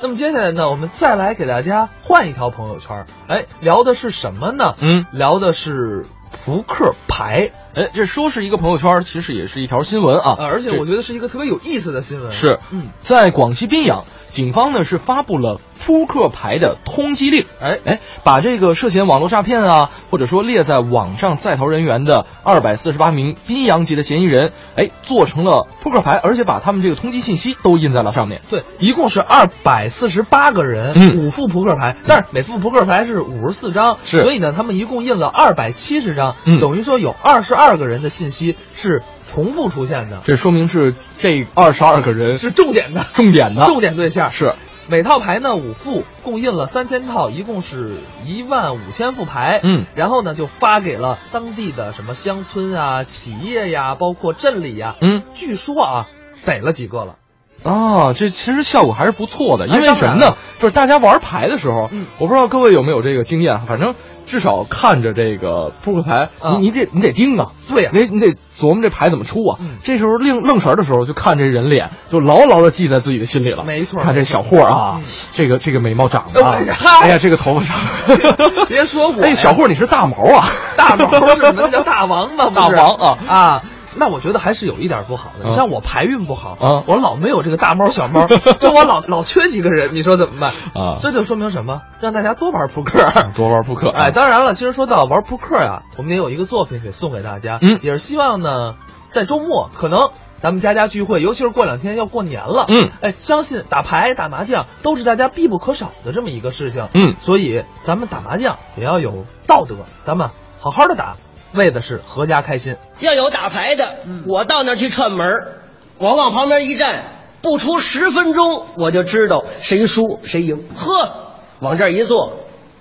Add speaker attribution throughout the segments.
Speaker 1: 那么接下来呢，我们再来给大家换一条朋友圈儿，哎，聊的是什么呢？
Speaker 2: 嗯，
Speaker 1: 聊的是扑克牌，
Speaker 2: 哎，这说是一个朋友圈，其实也是一条新闻啊。
Speaker 1: 呃而且我
Speaker 2: 这
Speaker 1: 觉得是一个特别有意思的新闻。
Speaker 2: 是
Speaker 1: 嗯，
Speaker 2: 在广西宾阳，警方呢是发布了扑克牌的通缉令，
Speaker 1: 哎
Speaker 2: 哎，把这个涉嫌网络诈骗啊，或者说列在网上在逃人员的二百四十八名宾阳籍的嫌疑人，哎，做成了扑克牌，而且把他们这个通缉信息都印在了上面。
Speaker 1: 对，一共是二百四十八个人，
Speaker 2: 嗯
Speaker 1: 五副扑克牌，但是每副扑克牌是五十四张，
Speaker 2: 是
Speaker 1: 所以呢，他们一共印了二百七十张，
Speaker 2: 嗯
Speaker 1: 等于说有二十二个人的信息是重复出现的，
Speaker 2: 这说明是这二十二个人
Speaker 1: 是重点的，
Speaker 2: 重点的，
Speaker 1: 重点对象。
Speaker 2: 是
Speaker 1: 每套牌呢五副，共印了三千套，一共是一万五千副牌。
Speaker 2: 嗯，
Speaker 1: 然后呢就发给了当地的什么乡村啊、企业呀、包括镇里呀。
Speaker 2: 嗯
Speaker 1: 据说啊，逮了几个了。
Speaker 2: 啊，这其实效果还是不错的，
Speaker 1: 哎
Speaker 2: 因为什么
Speaker 1: 当然
Speaker 2: 呢
Speaker 1: 了？
Speaker 2: 就是大家玩牌的时候
Speaker 1: 嗯，
Speaker 2: 我不知道各位有没有这个经验，啊反正至少看着这个扑克牌，
Speaker 1: 啊
Speaker 2: 你你得你得盯啊，
Speaker 1: 对呀、
Speaker 2: 你得你得琢磨这牌怎么出啊
Speaker 1: 嗯。
Speaker 2: 这时候愣愣神儿的时候，就看这人脸，就牢牢的记在自己的心里了。
Speaker 1: 没错
Speaker 2: 看这小霍儿啊
Speaker 1: 嗯，
Speaker 2: 这个这个眉毛长得啊
Speaker 1: 哎呀，嗨
Speaker 2: 哎呀，这个头发长，
Speaker 1: 别说我呀
Speaker 2: 哎，小霍儿你是大毛啊，
Speaker 1: 大毛是什么？那叫大王嘛，不是
Speaker 2: 大王啊
Speaker 1: 啊！那我觉得还是有一点不好的。你
Speaker 2: 啊
Speaker 1: 像我牌运不好
Speaker 2: 啊
Speaker 1: 我老没有这个大猫 小猫，就我老老缺几个人，你说怎么办
Speaker 2: 啊
Speaker 1: 这就说明什么？让大家多玩扑克。
Speaker 2: 多玩扑克，啊
Speaker 1: 哎，，当然了，其实说到玩扑克啊，我们也有一个作品给送给大家，
Speaker 2: 嗯
Speaker 1: 也是希望呢，在周末可能咱们家家聚会，尤其是过两天要过年了，
Speaker 2: 嗯，
Speaker 1: 哎，相信打牌、打麻将都是大家必不可少的这么一个事情，
Speaker 2: 嗯
Speaker 1: 所以咱们打麻将也要有道德，咱们好好的打，为的是阖家开心。
Speaker 3: 要有打牌的，
Speaker 4: 嗯
Speaker 3: 我到那儿去串门儿我往旁边一站，不出十分钟，我就知道谁输谁赢。呵，往这儿一坐，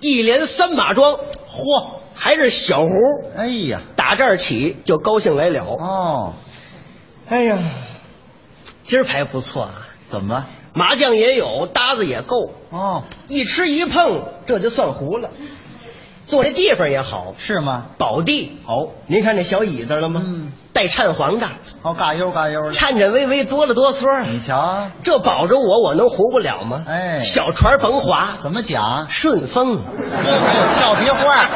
Speaker 3: 一连三把庄，嚯，还是小胡，
Speaker 4: 哎呀，
Speaker 3: 打这儿起就高兴来了。
Speaker 4: 哦，
Speaker 3: 哎呀，今儿牌不错啊，
Speaker 4: 怎么？
Speaker 3: 麻将也有，搭子也够，
Speaker 4: 哦，
Speaker 3: 一吃一碰，这就算胡了。坐这地方也好，
Speaker 4: 是吗？
Speaker 3: 宝地。
Speaker 4: 哦，
Speaker 3: 您看这小椅子了吗？
Speaker 4: 嗯
Speaker 3: 带颤黄的，
Speaker 4: 哦，嘎悠嘎悠的，
Speaker 3: 颤颤巍巍，哆了哆嗦儿。
Speaker 4: 你瞧
Speaker 3: 这保着我，我能糊不了吗？
Speaker 4: 哎
Speaker 3: 小船甭划，
Speaker 4: 怎么讲？
Speaker 3: 顺风。
Speaker 4: 俏皮话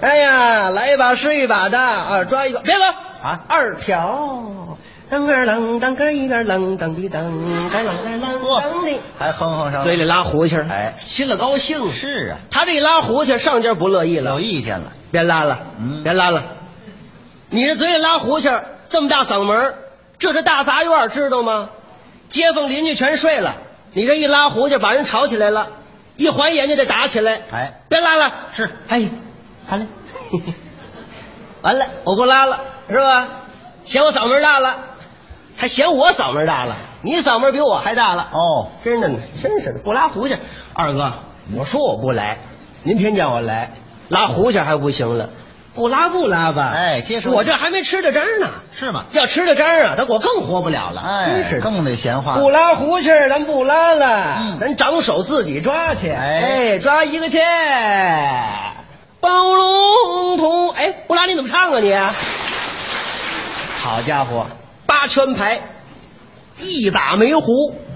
Speaker 3: 哎呀，来一把是一把的啊，抓一个，别玩
Speaker 4: 啊
Speaker 3: 二条。当个儿啷当个儿一个儿啷当的当个儿啷个儿啷当的，
Speaker 4: 还哼哼上了
Speaker 3: 嘴里拉胡琴儿
Speaker 4: 哎
Speaker 3: 心里高兴。
Speaker 4: 是啊，
Speaker 3: 他这一拉胡琴，上家不乐意了，
Speaker 4: 有意见了。
Speaker 3: 别拉了，
Speaker 4: 嗯
Speaker 3: 别拉了。你这嘴里拉胡琴儿，这么大嗓门儿，这是大杂院儿，知道吗？街坊邻居全睡了，你这一拉胡琴，把人吵起来了，一还眼就得打起来。
Speaker 4: 哎，
Speaker 3: 别拉了，
Speaker 4: 是
Speaker 3: 哎， 完了，完了，我不拉了，是吧？嫌我嗓门儿大了，还嫌我嗓门儿大了，你嗓门儿比我还大了。
Speaker 4: 哦，
Speaker 3: 真的呢，真是的，不拉胡琴。二哥，我说我不来，您偏叫我来，拉胡琴还不行了，不拉不拉吧。
Speaker 4: 哎接受
Speaker 3: 我这还没吃着章呢，
Speaker 4: 是吗？
Speaker 3: 要吃着章啊，他我更活不了了。真是
Speaker 4: 哎，
Speaker 3: 的
Speaker 4: 更得闲话。
Speaker 3: 不拉胡琴儿，咱不拉了，
Speaker 4: 嗯
Speaker 3: 咱长手自己抓去。
Speaker 4: 哎
Speaker 3: 哎，抓一个去。包龙图，哎，不拉你怎么唱啊你？好家伙，八圈牌，一把没胡，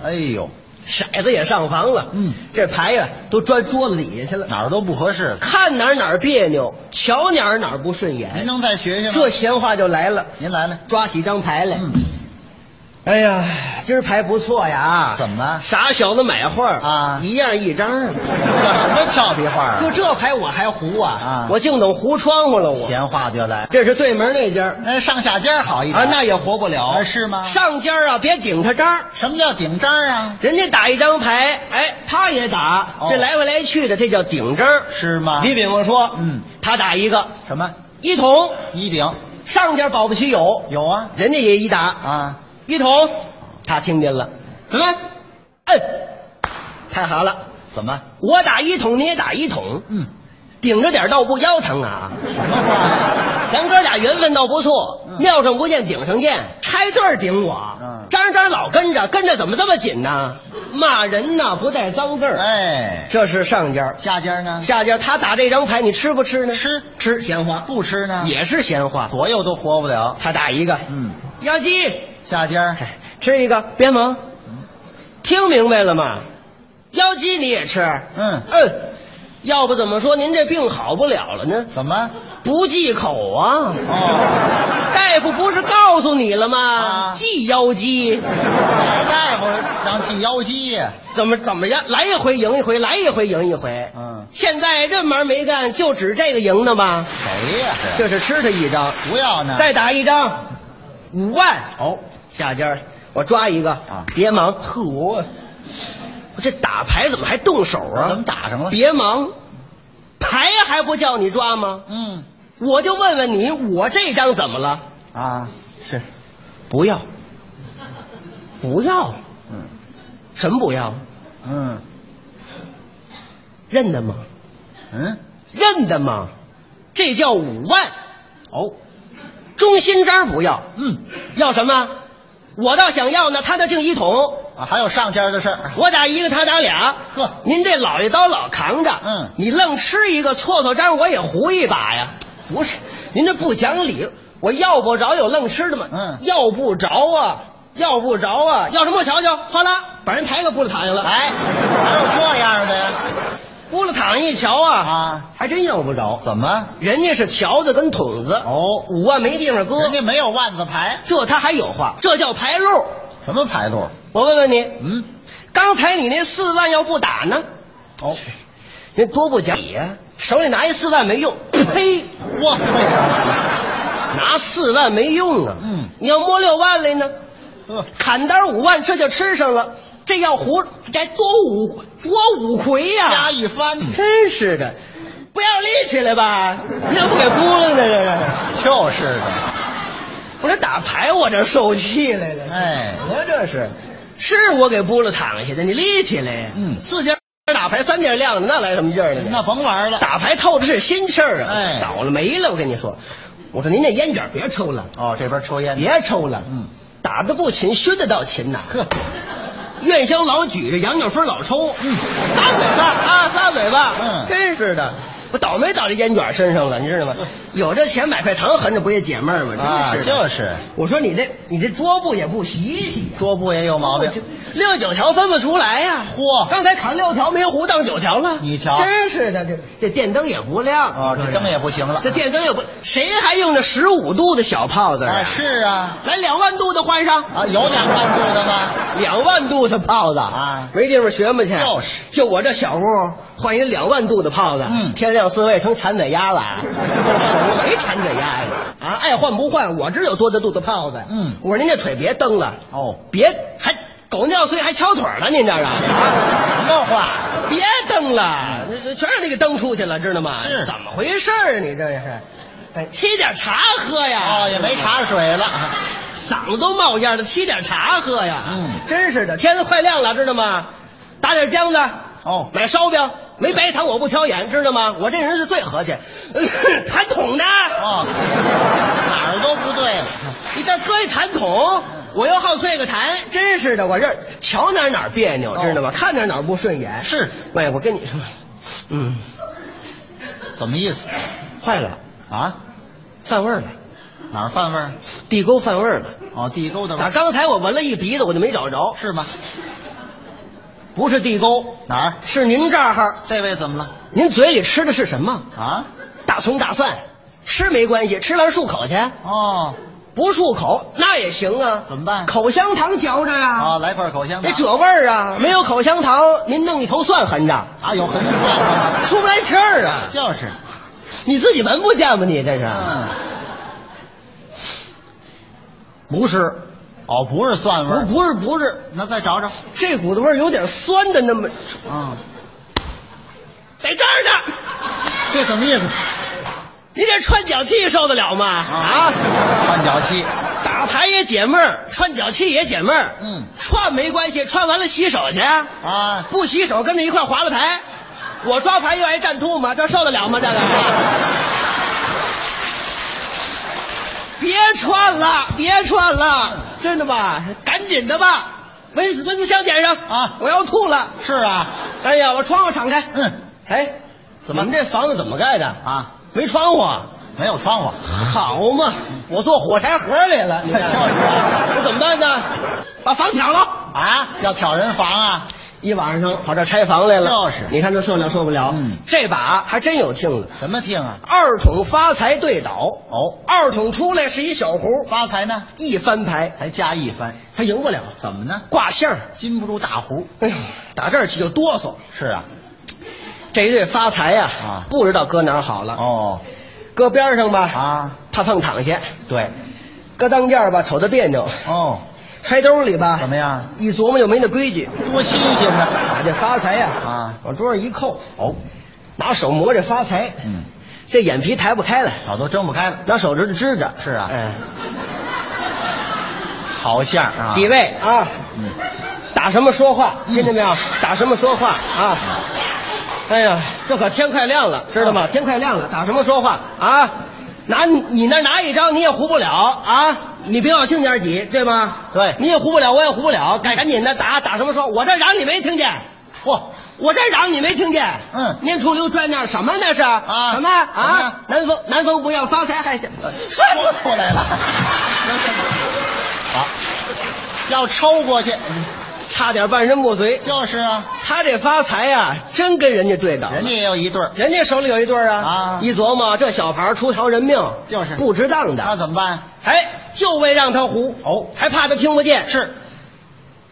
Speaker 4: 哎呦，
Speaker 3: 骰子也上房了。
Speaker 4: 嗯，
Speaker 3: 这牌呀、都钻桌子底下去了，
Speaker 4: 哪儿都不合适了。
Speaker 3: 看哪儿哪儿别扭，瞧哪儿哪儿不顺眼。
Speaker 4: 您能再学学吗？
Speaker 3: 这闲话就来了，
Speaker 4: 您来了。
Speaker 3: 抓起张牌来。
Speaker 4: 嗯，
Speaker 3: 哎呀，今儿牌不错呀！
Speaker 4: 怎么
Speaker 3: 傻小子买画儿
Speaker 4: 啊
Speaker 3: 一样一张。
Speaker 4: 这什么俏皮话
Speaker 3: 就
Speaker 4: 啊？
Speaker 3: 这牌我还胡啊！
Speaker 4: 啊
Speaker 3: 我净等胡窗户了我。，
Speaker 4: 闲话就来。
Speaker 3: 这是对门那家儿
Speaker 4: 那上下尖儿好一点
Speaker 3: 啊，那也活不了。
Speaker 4: 啊是吗
Speaker 3: 上家儿啊，别顶他张儿，
Speaker 4: 什么叫顶章啊？
Speaker 3: 人家打一张牌，哎，他也打，
Speaker 4: 哦
Speaker 3: 这来回来去的，这叫顶张儿。
Speaker 4: 是吗？
Speaker 3: 你比方说，
Speaker 4: 嗯，
Speaker 3: 他打一个
Speaker 4: 什么？
Speaker 3: 一筒，
Speaker 4: 一饼
Speaker 3: 上家保不齐有，
Speaker 4: 有啊
Speaker 3: 人家也一打
Speaker 4: 啊，
Speaker 3: 一筒，他听见了，什么？摁，太好了，
Speaker 4: 怎么？
Speaker 3: 我打一筒，你也打一筒，
Speaker 4: 嗯，
Speaker 3: 顶着点儿倒不腰疼啊。
Speaker 4: 什么话呀？
Speaker 3: 咱哥俩缘分倒不错，
Speaker 4: 嗯
Speaker 3: 庙上不见顶上见，拆对儿顶我，
Speaker 4: 嗯
Speaker 3: 张张老跟着，跟着怎么这么紧呢？骂人呢不带脏字儿，，
Speaker 4: 哎，
Speaker 3: 这是上家儿，
Speaker 4: 下家呢？
Speaker 3: 下家儿他打这张牌，你吃不吃呢？
Speaker 4: 吃
Speaker 3: 吃闲话，
Speaker 4: 不吃呢？
Speaker 3: 也是闲话，
Speaker 4: 左右都活不了。
Speaker 3: 他打一个，
Speaker 4: 嗯，
Speaker 3: 要鸡
Speaker 4: 下家嗯
Speaker 3: 吃一个，别蒙，听明白了吗？妖姬你也吃？
Speaker 4: 嗯
Speaker 3: 嗯，要不怎么说您这病好不了了呢？
Speaker 4: 怎么？
Speaker 3: 不忌口啊！
Speaker 4: 哦，
Speaker 3: 大夫不是告诉你了吗？
Speaker 4: 啊
Speaker 3: 忌妖姬，
Speaker 4: 哪大夫让系腰肌呀？
Speaker 3: 怎么怎么样？来一回赢一回，来一回赢一回。
Speaker 4: 嗯，
Speaker 3: 现在这门没干，就指这个赢的吗？
Speaker 4: 谁呀？
Speaker 1: 啊
Speaker 3: 这是吃他一张，
Speaker 4: 不要呢？
Speaker 3: 再打一张，五万。
Speaker 4: 哦，
Speaker 3: 下家儿我抓一个
Speaker 4: 啊
Speaker 3: 别忙。呵，我这打牌怎么还动手啊？
Speaker 4: 怎么打上了？
Speaker 3: 别忙，牌还不叫你抓吗？
Speaker 4: 嗯
Speaker 3: 我就问问你，我这张怎么了？
Speaker 4: 啊，
Speaker 3: 是，不要，不要，
Speaker 4: 嗯
Speaker 3: 什么不要？
Speaker 4: 嗯
Speaker 3: 认得吗？
Speaker 4: 嗯，
Speaker 3: 认得吗？这叫五万，
Speaker 4: 哦，
Speaker 3: 中心章不要，
Speaker 4: 嗯
Speaker 3: 要什么？我倒想要呢，他那净一桶，
Speaker 4: 啊，还有上家的事儿。
Speaker 3: 我打一个，他打俩。
Speaker 4: 呵
Speaker 3: 您这老一刀老扛着，
Speaker 4: 嗯
Speaker 3: 你愣吃一个搓搓章，我也胡一把呀。不是，您这不讲理，我要不着有愣吃的吗？
Speaker 4: 嗯
Speaker 3: 要不着啊，要不着啊，要什么我瞧瞧，哗啦，把人牌给拨了躺下了。
Speaker 4: 哎，哪有这样的呀？
Speaker 3: 拨了躺一瞧啊，
Speaker 4: 啊
Speaker 3: 还真要不着。
Speaker 4: 怎么？
Speaker 3: 人家是条子跟筒子，
Speaker 4: 哦
Speaker 3: 五万没地方搁，
Speaker 4: 人家没有腕子牌，
Speaker 3: 这他还有话，这叫牌路。
Speaker 4: 什么牌路？
Speaker 3: 我问问你，
Speaker 4: 嗯，
Speaker 3: 刚才你那四万要不打呢？
Speaker 4: 哦，
Speaker 3: 人多不讲理呀，手里拿一四万 没用，呸，
Speaker 4: 我吹
Speaker 3: 拿四万没用啊。
Speaker 4: 嗯
Speaker 3: 你要摸六万来呢，
Speaker 4: 什么？
Speaker 3: 砍单五万，这就吃上了。这要胡，这多五多五魁呀、
Speaker 4: 加一番，
Speaker 3: 真是的，不要力气了吧？你怎么不给咕噜呢？这是，
Speaker 4: 就是的。
Speaker 3: 我这打牌我这受气来了。
Speaker 4: 哎
Speaker 3: 怎么了这是？是我给咕噜躺下的，你立起来呀。
Speaker 4: 嗯
Speaker 3: 四家打牌三家亮的，那来什么劲儿了呢？
Speaker 4: 那甭玩了。
Speaker 3: 打牌透的是心气儿啊！
Speaker 4: 哎
Speaker 3: 倒了霉了，我跟你说，我说您那烟卷别抽了，
Speaker 4: 哦，这边抽烟呢。
Speaker 3: 别抽了，
Speaker 4: 嗯，
Speaker 3: 打得不勤，熏得到勤呐。
Speaker 4: 呵，
Speaker 3: 院香老举着，羊角分老抽，嗯，撒嘴巴啊，撒嘴巴，
Speaker 4: 嗯
Speaker 3: 真是的，我倒霉倒这烟卷身上了，你 知道吗？有这钱买块糖横着不也解闷儿吗？
Speaker 4: 啊，
Speaker 3: 真是的
Speaker 4: 就是
Speaker 3: 我说你这你这桌布也不洗洗呀、哦
Speaker 4: 桌布也有毛病。
Speaker 3: 六九条分不出来呀、
Speaker 4: 嚯
Speaker 3: 刚才砍六条没糊当九条了，
Speaker 4: 你瞧
Speaker 3: 真是的，这这电灯也不亮
Speaker 4: 哦，这灯也不行了。
Speaker 3: 这电灯也不，谁还用那十五度的小炮子
Speaker 4: 啊，是啊，
Speaker 3: 来两万度的换上，
Speaker 4: 啊，有两万度的吗？
Speaker 3: 两万度的炮子
Speaker 4: 啊
Speaker 3: 没地方学嘛去。
Speaker 4: 就是，
Speaker 3: 就我这小屋换一两万度的炮子，
Speaker 4: 嗯
Speaker 3: 天亮四位成馋嘴鸭了啊，都熟了，没馋嘴鸭呀？啊，爱换不换，我只有多大度的炮子。
Speaker 4: 嗯
Speaker 3: 我说您这腿别蹬了，
Speaker 4: 哦，
Speaker 3: 别还狗尿碎还敲腿呢，您这是啊？什么话？别蹬了，那全让你给蹬出去了，知道吗？
Speaker 4: 嗯是
Speaker 3: 怎么回事儿？啊你这是，哎，沏点茶喝呀。
Speaker 4: 哦，也没茶水了。啊
Speaker 3: 嗓子都冒烟了，沏点茶喝呀。
Speaker 4: 嗯
Speaker 3: 真是的，天都快亮了，知道吗？打点浆子，
Speaker 4: 哦
Speaker 3: 买烧饼，没白糖我不挑眼，知道吗？我这人是最和 气，痰桶呢？
Speaker 4: 哦，哪儿都不对了。
Speaker 3: 你这搁一痰桶，我又好啐个痰，真是的，我这瞧哪儿哪儿别扭，
Speaker 4: 哦
Speaker 3: 知道吗？看哪儿哪儿不顺眼。
Speaker 4: 是，
Speaker 3: 喂，我跟你说，嗯，
Speaker 4: 怎么意思？
Speaker 3: 坏了，
Speaker 4: 啊，
Speaker 3: 犯味儿了，
Speaker 4: 哪儿犯味儿？
Speaker 3: 地沟犯味儿了。
Speaker 4: 哦，地沟的味
Speaker 3: 打
Speaker 4: 儿。
Speaker 3: 刚才我闻了一鼻子，我就没找着，
Speaker 4: 是吗？
Speaker 3: 不是地沟，
Speaker 4: 哪儿？
Speaker 3: 是您这儿。
Speaker 4: 这位怎么了？
Speaker 3: 您嘴里吃的是什么？
Speaker 4: 啊？
Speaker 3: 大葱大蒜，吃没关系，吃完漱口去，
Speaker 4: 哦，
Speaker 3: 不漱口那也行啊。
Speaker 4: 怎么办
Speaker 3: 口香糖嚼着呀、
Speaker 4: 啊，来块口香
Speaker 3: 那
Speaker 4: 糖。
Speaker 3: 褶味儿啊，没有口香糖，您弄一头蒜横着，
Speaker 4: 啊，有红蒜的吗？
Speaker 3: 出不来气儿啊。
Speaker 4: 就是。
Speaker 3: 你自己闻不见吗？你这是？
Speaker 4: 嗯，
Speaker 3: 不是，
Speaker 4: 哦，不是蒜味
Speaker 3: 不
Speaker 4: 儿。
Speaker 3: 不是不是，
Speaker 4: 那再找找。
Speaker 3: 这股子味儿有点酸的，那么
Speaker 4: 嗯，
Speaker 3: 在这儿呢。
Speaker 4: 这怎么意思？
Speaker 3: 您这穿脚气受得了吗？啊，
Speaker 4: 换脚气。
Speaker 3: 打牌也解闷儿，穿脚气也解闷儿。
Speaker 4: 嗯
Speaker 3: 串没关系，串完了洗手去啊。
Speaker 4: 啊，
Speaker 3: 不洗手跟着一块儿划了牌，我抓牌又挨站吐嘛，这受得了吗？这个。别穿了，别穿了，真的吧？赶紧的吧，蚊子蚊子香点上
Speaker 4: 啊
Speaker 3: 我要吐了！
Speaker 4: 是啊。
Speaker 3: 哎呀，把窗户敞开。
Speaker 4: 嗯，
Speaker 3: 哎，怎么？你们这房子怎么盖的？
Speaker 4: 啊，
Speaker 3: 没窗户啊？
Speaker 4: 没有窗户。
Speaker 3: 好 嘛，我坐火柴盒来了，你看
Speaker 4: 就是啊
Speaker 3: 我怎么办呢？把房挑了，
Speaker 4: 啊，要挑人房啊？
Speaker 3: 一晚上跑这拆房来了，
Speaker 4: 就是
Speaker 3: 你看这受了受不了？
Speaker 4: 嗯
Speaker 3: 这把还真有听的。
Speaker 4: 什么听啊？
Speaker 3: 二筒发财对倒，
Speaker 4: 哦，
Speaker 3: 二筒出来是一小胡，
Speaker 4: 发财呢？
Speaker 3: 一翻牌
Speaker 4: 还加一番，
Speaker 3: 他赢不了，
Speaker 4: 怎么呢？
Speaker 3: 挂相。
Speaker 4: 禁不住大胡。
Speaker 3: 哎呦，打这儿起就哆嗦。
Speaker 4: 是啊，
Speaker 3: 这一对发财呀、
Speaker 4: 啊
Speaker 3: 不知道搁哪儿好了，
Speaker 4: 哦，
Speaker 3: 搁边上吧，
Speaker 4: 啊，
Speaker 3: 怕碰躺下；
Speaker 4: 对，
Speaker 3: 搁当间儿吧，瞅着别扭；
Speaker 4: 哦，
Speaker 3: 揣兜里吧，
Speaker 4: 怎么样？
Speaker 3: 一琢磨又没那规矩，
Speaker 4: 多新鲜呢！
Speaker 3: 把这发财呀、
Speaker 4: 啊
Speaker 3: 往桌上一扣，
Speaker 4: 哦，
Speaker 3: 拿手磨这发财，
Speaker 4: 嗯，
Speaker 3: 这眼皮抬不开来，
Speaker 4: 早都睁不开了。
Speaker 3: 拿手指头支着。
Speaker 4: 是啊
Speaker 3: 哎，
Speaker 4: 好相啊！
Speaker 3: 几？位啊，
Speaker 4: 嗯，
Speaker 3: 打什么说话，
Speaker 4: 嗯
Speaker 3: 听见没有？打什么说话啊？哎呀，这可天快亮
Speaker 4: 啊
Speaker 3: 了，知道吗？天快亮了，打什么说话啊？拿你你那拿一张你也糊不了啊！你别往性点挤，对吗？
Speaker 4: 对
Speaker 3: 你也糊不了，我也糊不了，赶赶紧的打打什么说？我这嚷你没听见？
Speaker 4: 嚯，
Speaker 3: 我这嚷你没听见？
Speaker 4: 嗯
Speaker 3: 您出溜转那儿什么那是
Speaker 4: 啊
Speaker 3: 什么啊？南风南风不要发财还是说
Speaker 4: 说出来 了。好，要抽过去，
Speaker 3: 差点半身不遂。
Speaker 4: 嗯就是啊，
Speaker 3: 他这发财呀、真跟人家对的。
Speaker 4: 人家也有一对儿，
Speaker 3: 人家手里有一对儿啊
Speaker 4: 啊，
Speaker 3: 一琢磨这小牌儿出条人命，
Speaker 4: 就是
Speaker 3: 不值当
Speaker 4: 那
Speaker 3: 的，
Speaker 4: 怎么办？
Speaker 3: 哎，就为让他胡
Speaker 4: 哦
Speaker 3: 还怕他听不见，
Speaker 4: 是，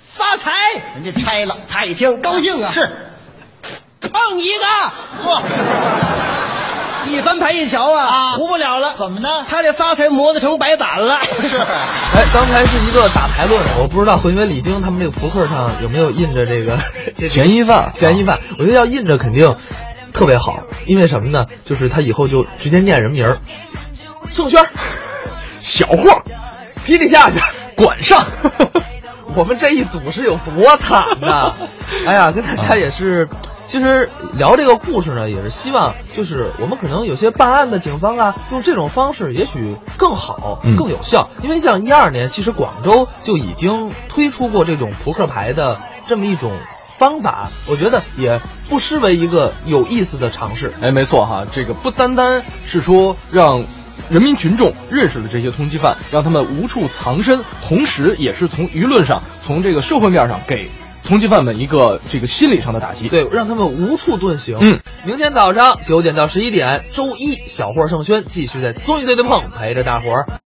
Speaker 3: 发财，
Speaker 4: 人家拆了，
Speaker 3: 他一听高兴啊，
Speaker 4: 是，
Speaker 3: 碰一个，
Speaker 4: 嚯，
Speaker 3: 一翻牌一瞧啊，
Speaker 4: 啊
Speaker 3: 胡不了了，
Speaker 4: 怎么呢？
Speaker 3: 他这发财磨得成白板了，
Speaker 4: 是，
Speaker 2: 哎，刚才是一个打牌论，
Speaker 1: 啊我不知道会因为李菁他们这个扑克上有没有印着这 个这个
Speaker 2: 嫌疑犯，啊
Speaker 1: 嫌疑犯，我觉得要印着肯定特别好，因为什么呢？就是他以后就直接念人名儿，宋轩儿、小霍、霹雳下去、管上。 我们这一组是有多惨呐！哎呀，跟大家也
Speaker 2: 啊
Speaker 1: 是，其实聊这个故事呢，也是希望，就是我们可能有些办案的警方啊，用这种方式也许更好、
Speaker 2: 嗯
Speaker 1: 更有效。因为像一二年，其实广州就已经推出过这种扑克牌的这么一种方法，我觉得也不失为一个有意思的尝试。
Speaker 2: 哎，没错哈，这个不单单是说让人民群众认识了这些通缉犯，让他们无处藏身，同时也是从舆论上、从这个社会面上给通缉犯们一个这个心理上的打击。，
Speaker 1: 对，让他们无处遁形。
Speaker 2: 嗯，
Speaker 1: 明天早上九点到十一点，周一小霍盛轩继续在综艺对对碰陪着大伙儿。